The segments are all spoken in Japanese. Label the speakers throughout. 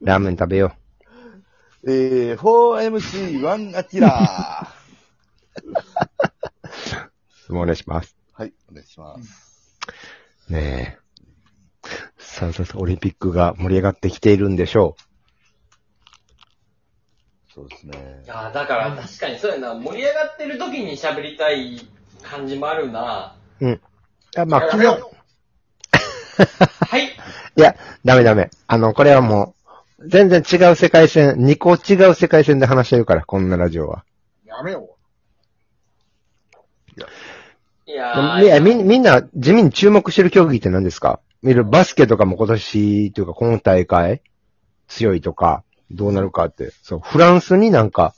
Speaker 1: ラーメン食べよ
Speaker 2: えー、4MC1 アキラ ー。
Speaker 1: う。お願いします。
Speaker 2: はい、お願いします。
Speaker 1: ねえ。さあさあさあ、オリンピックが盛り上がってきているんでしょ
Speaker 2: そうですね。
Speaker 3: あーだから確かにそうやな、盛り上がってる時に喋りたい感じもあるな。
Speaker 1: う。うん。あまあ、昨日、
Speaker 3: はい。
Speaker 1: いや、ダメダメ。あの、これはもう、全然違う世界線、2個違う世界線で話してるから、こんなラジオは。
Speaker 4: やめよ
Speaker 3: いやー
Speaker 1: いやみみんな、地味に注目してる競技って何ですか見るバスケとかも今年というか、この大会、強いとか、どうなるかって。そう、フランスになんか、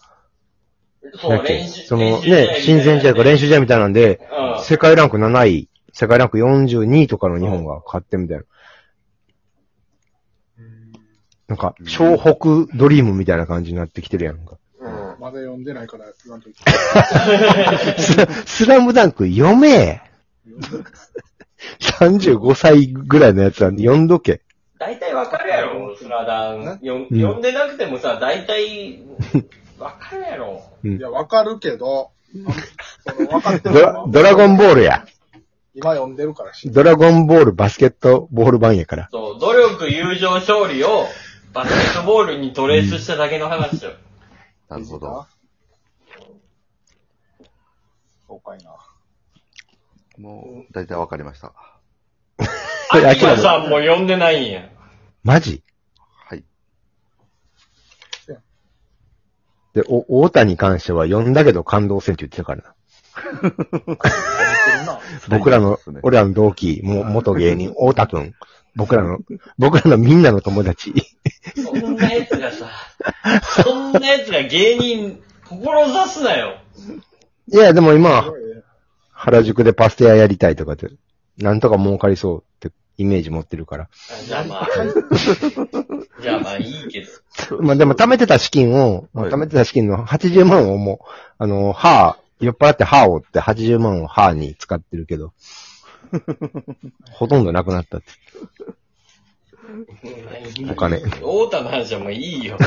Speaker 3: そ
Speaker 1: なん
Speaker 3: う、
Speaker 1: っけ
Speaker 3: 練習、
Speaker 1: その
Speaker 3: 練習試合みたいな
Speaker 1: ね、親善試合とか練習試合みたいなんで、
Speaker 3: うん
Speaker 1: 世界ランク7位、世界ランク42位とかの日本が勝ってみたいな。
Speaker 4: う。うん。
Speaker 1: なんか、湘北ドリームみたいな感じになってきてるやんか。
Speaker 3: うん。
Speaker 4: まだ読んでないから言わんといて。
Speaker 1: ススラムダンク読め35歳ぐらいのやつなんで読んどけ。
Speaker 3: 大体わかるやろ、スラダン。よ
Speaker 1: うん
Speaker 3: 呼んでなくてもさ、大体、わかるやろ。
Speaker 4: いや、わかるけど、あのそのわかって
Speaker 1: ド
Speaker 4: るの
Speaker 1: ラ
Speaker 4: は
Speaker 1: ドラゴンボールや。
Speaker 4: 今読んでるからし。
Speaker 1: ドラゴンボールバスケットボール版やから。
Speaker 3: そう、努力、友情、勝利をバスケットボールにトレースしただけの話よ。
Speaker 2: なるほど。。
Speaker 4: そうかいな。
Speaker 2: もう、だいたいわかりました。
Speaker 1: それ
Speaker 3: アキラ
Speaker 1: 諦め
Speaker 3: さんも呼んでないんや。
Speaker 1: マジ
Speaker 2: はい。
Speaker 1: で、お、大田に関しては読んだけど感動せんって言ってたから な。僕らの
Speaker 2: そうですね、
Speaker 1: 俺らの同期、も、元芸 人、大田くん。僕らの、僕らのみんなの友達。
Speaker 3: そんな奴がさ、そんな奴が芸人、志すなよ。
Speaker 1: いや、でも
Speaker 4: す
Speaker 1: 今
Speaker 4: ご、いね
Speaker 1: 原宿でパスタ屋やりたいとかって、なんとか儲かりそうってイメージ持ってるから。
Speaker 3: あじゃあ まあ、じゃあまあいいけど。
Speaker 1: まあでも貯めてた資金を、
Speaker 2: はい
Speaker 1: 貯めてた資金の80万をもう、あの、歯、酔っ払って歯を折って80万を歯に使ってるけ ど、ほとんどなくなったって。お金
Speaker 3: 大田の話はもういい よ。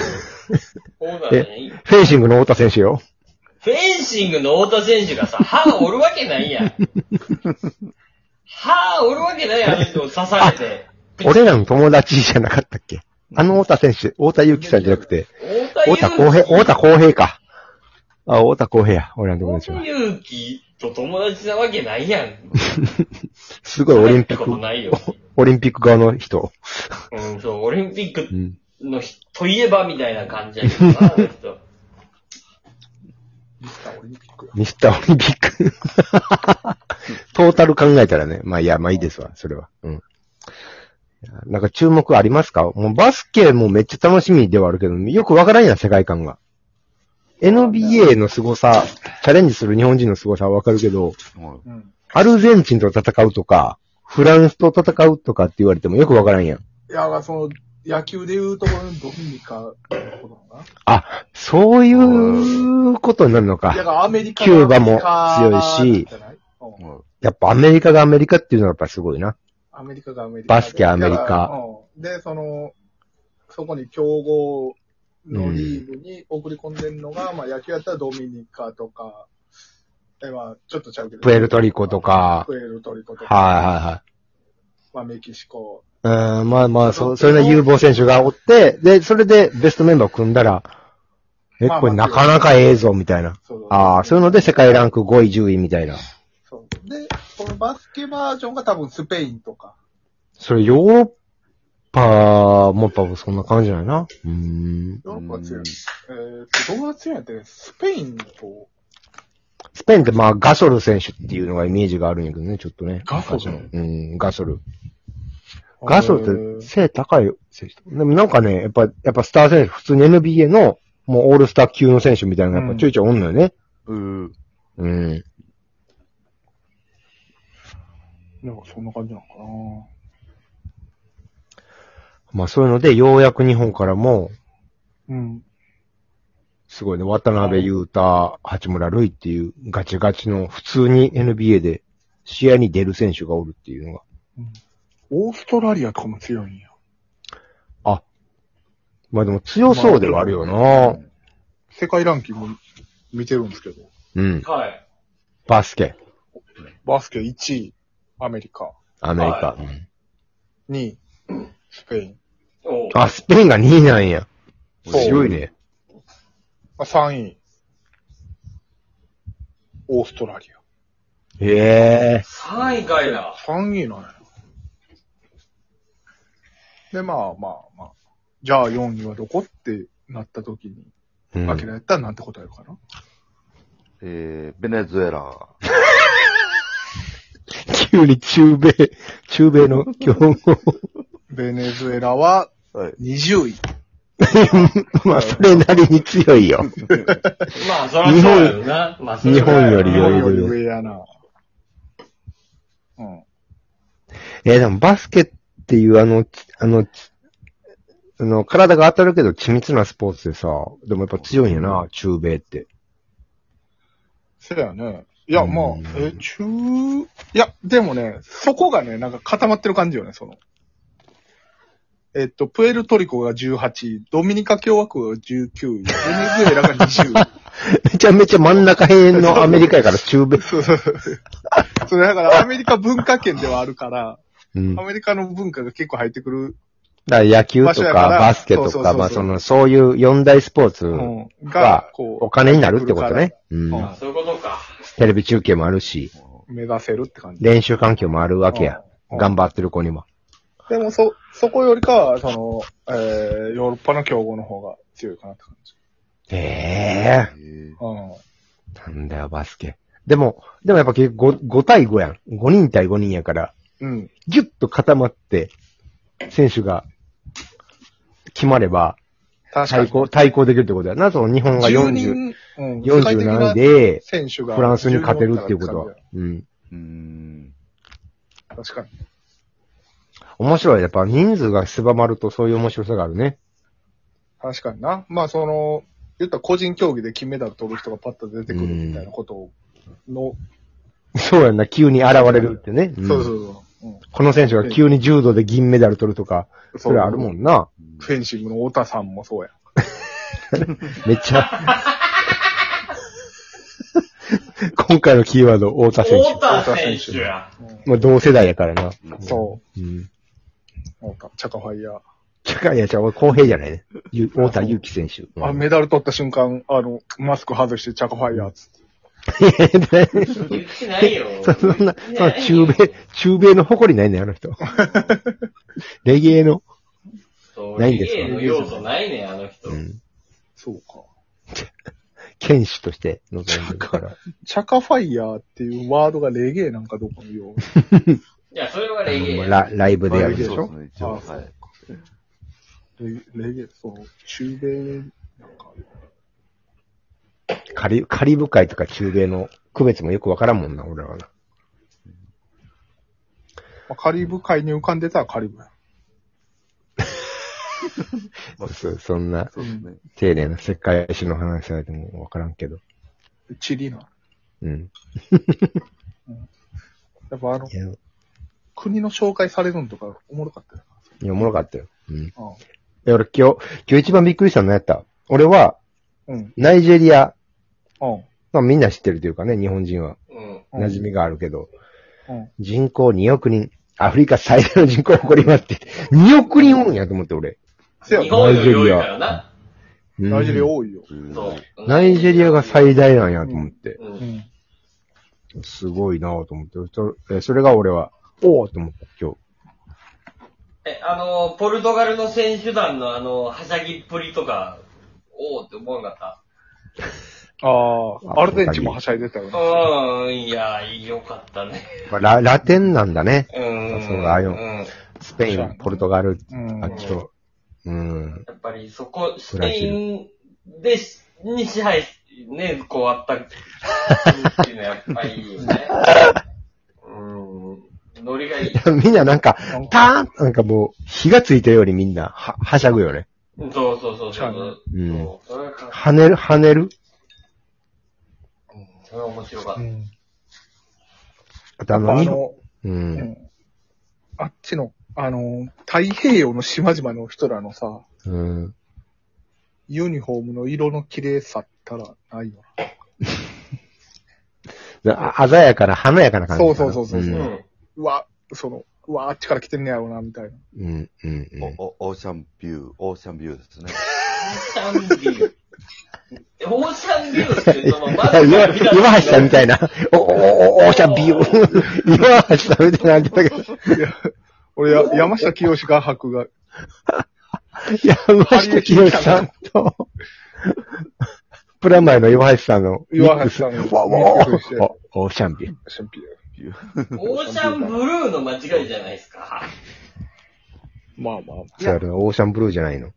Speaker 3: 大田の話いい
Speaker 1: フェンシングの太田選手よ。
Speaker 3: フェンシングの太田選手がさ、歯折るわけないやん。歯折るわけないやん、あの人を刺されて。
Speaker 1: 俺らの友達じゃなかったっけあの太田選手、太田祐希さんじゃなくて、
Speaker 3: 太
Speaker 1: 太
Speaker 3: 田
Speaker 1: 田
Speaker 3: 祐
Speaker 1: 公平、太田公平か。あ、太田公平や。俺らの友達
Speaker 3: 太田
Speaker 1: は。
Speaker 3: 祐希と友達なわけないやん。
Speaker 1: すごいオリンピ
Speaker 3: そん
Speaker 1: ッ
Speaker 3: なこと
Speaker 1: ク、
Speaker 3: ないよ。
Speaker 1: オリンピック側の人。
Speaker 3: うん、そう、オリンピック
Speaker 1: うん。
Speaker 3: の日といえばみたいな感じやけどな、あの人。
Speaker 4: ミスターオリンピック。
Speaker 1: ミスターオリンピック。トータル考えたらね。まあいや、まあいいですわ、それは。うん。いやなんか注目ありますかもうバスケもめっちゃ楽しみではあるけど、よくわからんやん、世界観が。NBA の凄さ、チャレンジする日本人の凄さはわかるけど、
Speaker 2: もう
Speaker 4: うん。
Speaker 1: アルゼンチンと戦うとか、フランスと戦うとかって言われてもよくわからんやん。
Speaker 4: いや、その、野球で言うところのドミニカのことか
Speaker 1: あ、そういうことになるの
Speaker 4: な。い
Speaker 1: か。
Speaker 4: や、アメリカ
Speaker 1: キューバも強いし
Speaker 4: じゃないうん
Speaker 2: もう
Speaker 1: やっぱアメリカがアメリカっていうのはやっぱすごいな。
Speaker 4: アメリカがアメリカ
Speaker 1: バ
Speaker 4: で。
Speaker 1: スケアメリカ
Speaker 4: だから。うんで、その、そこに競合のリーグに送り込んでるのが、まあ野球やったらドミニカとか、え、まあちょっとちゃうけど。
Speaker 1: プエルトリコとか
Speaker 4: プエルトリコとか。
Speaker 1: はいはいはい。
Speaker 4: まあメキシコ。
Speaker 1: うん、まあまあ、そう、それの有望選手がおって、で、それでベストメンバーを組んだら、え、
Speaker 4: まあ
Speaker 1: これなかなかええぞ、みたいな。
Speaker 4: そう
Speaker 1: ああ、そういうので世界ランク5位、10位みたいな。
Speaker 4: そうで、このバスケバージョンが多分スペインとか。
Speaker 1: それヨーロッパもやっぱそんな感じだよな。うーん。
Speaker 4: ヨーロッパが強い。えーっと、どこが強いんやってね、スペインと、
Speaker 1: スペインってまあガソル選手っていうのがイメージがあるんやけどね、ちょっとね。
Speaker 4: ガソル
Speaker 1: うん、ガソル。ガソルって背高い選手。でもなんかね、やっぱ、やっぱスター選手、普通に NBA のもうオールスター級の選手みたいなのがやっぱちょいちょいおんのよね。
Speaker 2: うー
Speaker 1: うん
Speaker 4: えーなんかそんな感じなのかな
Speaker 1: まあそういうので、ようやく日本からも、
Speaker 4: うん。
Speaker 1: すごいね、渡辺裕太、八村塁っていうガチガチの普通に NBA で試合に出る選手がおるっていうのが。
Speaker 4: オーストラリアとかも強いんや。
Speaker 1: まあでも強そうではあるよな。
Speaker 4: 世界ランキング見てるんですけど、
Speaker 1: うん。
Speaker 3: はい。
Speaker 1: バスケ、
Speaker 4: バスケ1位、アメリカ、
Speaker 1: アメリカ。
Speaker 3: は
Speaker 1: うん
Speaker 4: 2位、スペイン、
Speaker 3: おう
Speaker 1: あ、スペインが2位なんや。
Speaker 4: そう
Speaker 1: 強いね。
Speaker 4: まあ3位、オーストラリ
Speaker 1: へえ。
Speaker 3: 3位かいな
Speaker 4: ア。。3位なんや。で、まあまあまあ、じゃあ4位はどこってなった時に、
Speaker 1: うん
Speaker 4: アキラやったらなんて答えるかな。
Speaker 2: えー、ベネズエラ。
Speaker 1: 急に中米、中米の強 豪。
Speaker 4: ベネズエラは
Speaker 2: はい。
Speaker 4: 20位。
Speaker 1: まあ、それなりに強いよ。
Speaker 3: まあ、そらそうやろな。まあ、そらそうやろな
Speaker 1: 日本より
Speaker 4: 上やな。うん。
Speaker 1: えーでもバスケっていうあの、ちあの、ちあの、体が当たるけど緻密なスポーツでさ、でもやっぱ強いんやな、中米って。
Speaker 4: そやね。いや、まあ
Speaker 1: うん、
Speaker 4: え、中、いや、でもね、そこがね、なんか固まってる感じよね、その。えっと、プエルトリコが18位、ドミニカ共和国が19位、ベネズエラが20位。
Speaker 1: めちゃめちゃ真ん中辺の アメリカやから中米。
Speaker 4: そうそうそう。それだから、アメリカ文化圏ではあるから、
Speaker 1: うん。だ
Speaker 4: ア
Speaker 1: か
Speaker 4: メリカの文化が結構入ってくる、
Speaker 1: ら野球と
Speaker 4: 場所
Speaker 1: か
Speaker 4: やから
Speaker 1: バスケと
Speaker 4: そうそうそう
Speaker 1: か、
Speaker 4: そう
Speaker 1: まあその、そういう四大スポーツ
Speaker 4: うん、
Speaker 1: が
Speaker 4: が、こう、
Speaker 1: お金になるってことね。う
Speaker 4: うん
Speaker 1: ん。
Speaker 3: あそういうことか。
Speaker 1: テレビ中継もあるし、
Speaker 4: 目指せるって感じ。
Speaker 1: 練習環境もあるわけや。
Speaker 4: うん
Speaker 1: 頑張ってる子には。
Speaker 4: でも、そ、そこよりかは、その、えー、ヨーロッパの競合の方が強いかなって感じ。
Speaker 1: ええ
Speaker 2: え
Speaker 4: うん。
Speaker 1: なんだよ、バスケ。でも、でもやっぱ結構 5, 5対5やん。5人対5人やから。
Speaker 4: うん。
Speaker 1: ギュッと固まって、選手が決まれば、
Speaker 4: 確か
Speaker 1: 対
Speaker 4: に。
Speaker 1: 抗、対抗できるってことやな。その日本が40、
Speaker 4: 10人、うん、
Speaker 1: 40何位
Speaker 4: で、
Speaker 1: で、
Speaker 4: 選手が
Speaker 1: フランスに勝てるっていうことは。うん。
Speaker 2: ー、うーん。
Speaker 4: 確かに。
Speaker 1: 面白い。やっぱ人数が狭まるとそういう面白さがあるね。
Speaker 4: 確かにな。まあ、その、言ったら個人競技で金メダル取る人がパッと出てくるみたいなことの、
Speaker 1: そうやんな。急に現れるってね。うん
Speaker 4: そうそうそう。うん、
Speaker 1: この選手が急に柔道で銀メダル取るとか、それあるも
Speaker 4: ん。
Speaker 1: んな。
Speaker 4: フェンシングの太田さんもそうや。
Speaker 1: めっちゃ。 今回のキーワード、太田選
Speaker 3: 太田選手や。
Speaker 1: 手。もう同世代やからな。
Speaker 4: そ
Speaker 1: うん。
Speaker 4: う。太田、チャカファイヤー。
Speaker 1: ちゃか、いや、ちゃ、俺、公平じゃないね。ゆ太田祐樹選手。うん
Speaker 4: あ、メダル取った瞬間、あの、マスク外してチャカファイヤーっつって。
Speaker 3: 言ってないよ。
Speaker 1: そそんな、そんな中米、中米の誇りないね、あの人。レゲエの。
Speaker 3: そう
Speaker 1: ないんですか
Speaker 3: 理系の要素ないね、あの人。
Speaker 1: うん。
Speaker 4: そうか。
Speaker 1: 剣士として臨んでるから。
Speaker 4: チャカファイヤーっていうワードがレゲエなんかどこのよう。
Speaker 3: いや、それはレゲエや。
Speaker 1: ラライブでやる
Speaker 4: で
Speaker 1: で
Speaker 4: し
Speaker 1: し
Speaker 4: ょ
Speaker 1: ょ。
Speaker 2: そうですね一応、
Speaker 4: あそう
Speaker 2: はい。
Speaker 4: レレゲエ、そう、中米、なんか、
Speaker 1: カリ、カリブ海とか中米の区別もよくわからんもんな、俺らはな。
Speaker 4: まあ、カリブ海に浮かんでたらカリブや。
Speaker 1: そそんな、
Speaker 2: そうですね。
Speaker 1: 丁寧な世界史の話されてもわからんけど。
Speaker 4: チリな。
Speaker 1: うん。
Speaker 4: やっぱあの
Speaker 1: い、や、い
Speaker 4: 国の紹介されるのとかおもろかったよ
Speaker 1: やおもろかったよ。うん。
Speaker 4: な。
Speaker 1: で、俺今日、今日一番びっくりしたの何やった俺は、
Speaker 4: うん。うん。
Speaker 1: ナイジェリア、
Speaker 4: うん。
Speaker 1: まあみんな知ってるというかね、日本人は。
Speaker 3: うん。
Speaker 4: うん
Speaker 1: 馴染みがあるけど、
Speaker 4: うん
Speaker 1: 人口2億人、アフリカ最大の人口を誇りますって、2億人おるんやと思って、俺。
Speaker 4: せや
Speaker 3: 日
Speaker 4: な、
Speaker 3: 本より多いからな。
Speaker 1: うん
Speaker 4: ナイジェリア多いよ。
Speaker 3: そう。
Speaker 1: ナイジェリアが最大なんやと思って、
Speaker 3: う。
Speaker 4: うんん。
Speaker 1: すごいなぁと思って、そえそれが俺は、おおと思って、今日。
Speaker 3: え、あの、ポルトガルの選手団のあの、はしゃぎっぷりとか、おおって思わな か
Speaker 4: ああ、アルゼンチンもはしゃいでたよ
Speaker 3: った。
Speaker 4: ね。
Speaker 3: うーん、いや、よかったね。
Speaker 1: まあ、ララテンなんだね。
Speaker 3: うん。
Speaker 1: そうだあよ
Speaker 3: ん。
Speaker 1: スペイン、ポルトガル、
Speaker 4: うん。
Speaker 1: あっちと。うん。
Speaker 3: やっぱりそこ、ス
Speaker 1: ブラ
Speaker 3: ペ
Speaker 1: ジル
Speaker 3: インでし、に支配し、ね、こうあったっていうのはやっぱりいいよね。うん。ノリがいい。
Speaker 1: みんななんか、たーンなんかもう、火がついたようにみんな、は、はしゃぐよね。
Speaker 3: そうそうそうそ
Speaker 4: そう
Speaker 3: う。
Speaker 1: ねうん
Speaker 3: そうそれがかっこ
Speaker 1: 跳ねる、跳ねる。
Speaker 3: いい、それは面白かっ
Speaker 4: うん。
Speaker 1: あとあの、
Speaker 4: あ
Speaker 1: 日本
Speaker 4: の、
Speaker 1: う。
Speaker 4: うんん。あっちの、あの、太平洋の島々の人らのさ、
Speaker 1: うん。
Speaker 4: ユニフォームの色の綺麗さったらないよ
Speaker 1: あ鮮やかな、華やかな感じかな。
Speaker 4: そうそうそうそう
Speaker 3: う
Speaker 4: そ
Speaker 1: ん
Speaker 3: ん。
Speaker 4: な。うわ、その、うわ、あっちから来てんねやろうな、みたいな。
Speaker 1: うん、うん、うん。
Speaker 2: おおオーシャンビュー、オーシャンビューですね。
Speaker 3: オーシャンビュー。オーシャンビューって言うと、まだ
Speaker 1: 岩岩橋さんみたいな。お、お、お、お、おしゃびよ。岩橋さんみたいな感じだけど。
Speaker 4: 俺、や山下清画伯が、
Speaker 1: 山下清さんと、プラマイの岩橋さんのミッ
Speaker 4: 岩橋
Speaker 1: クス。
Speaker 4: さん
Speaker 1: わ、わ
Speaker 4: ミックスして、
Speaker 1: お、お、シャンビュ
Speaker 4: シャンピー
Speaker 3: オーシャンブルーの間違いじゃないで すか。
Speaker 4: まあまあ。
Speaker 1: ー。そうやろな、オーシャンブルーじゃないの。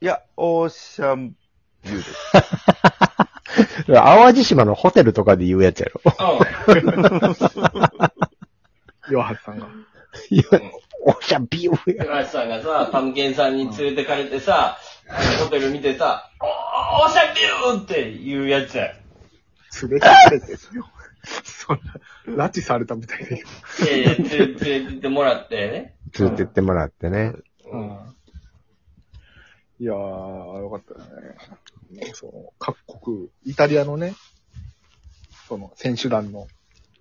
Speaker 2: いや、オーシャンビューです。
Speaker 1: 淡路島のホテルとかで言うやつやろ。
Speaker 3: う
Speaker 4: 岩橋さんが。
Speaker 1: おしゃびよ
Speaker 3: ん。高橋さんがさ、パムケンさんに連れてかれてさ、あのホテル見てさ、おオーシャンビューって言うやつや。
Speaker 4: 連れてかれてですよ。 そんな、拉致されたみたいで。
Speaker 3: ええ、連れ連れてってもらってね。
Speaker 1: 連れてってもらってね。
Speaker 4: うん。いやー、よかったね。その、各国、イタリアのね、その、選手団の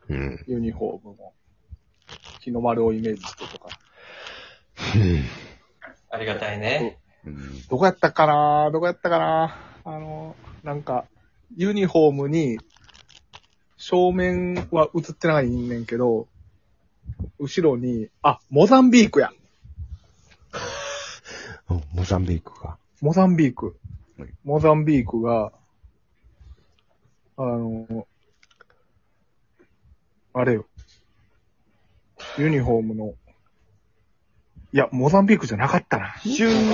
Speaker 1: うん。
Speaker 4: ユニフォームも、日の丸をイメージしてとか、
Speaker 3: ありがたいね。
Speaker 2: うん
Speaker 4: どこやったかなどこやったかなあの、なんか、ユニフォームに、正面は映ってないんねんけど、後ろに、あ、モザンビークや。
Speaker 1: うんモザンビークか。
Speaker 4: モザンビーク
Speaker 2: はい。
Speaker 4: モザンビークが、あの、あれよ。ユニフォームの、いや、モザンビークじゃなかったな。
Speaker 2: シュー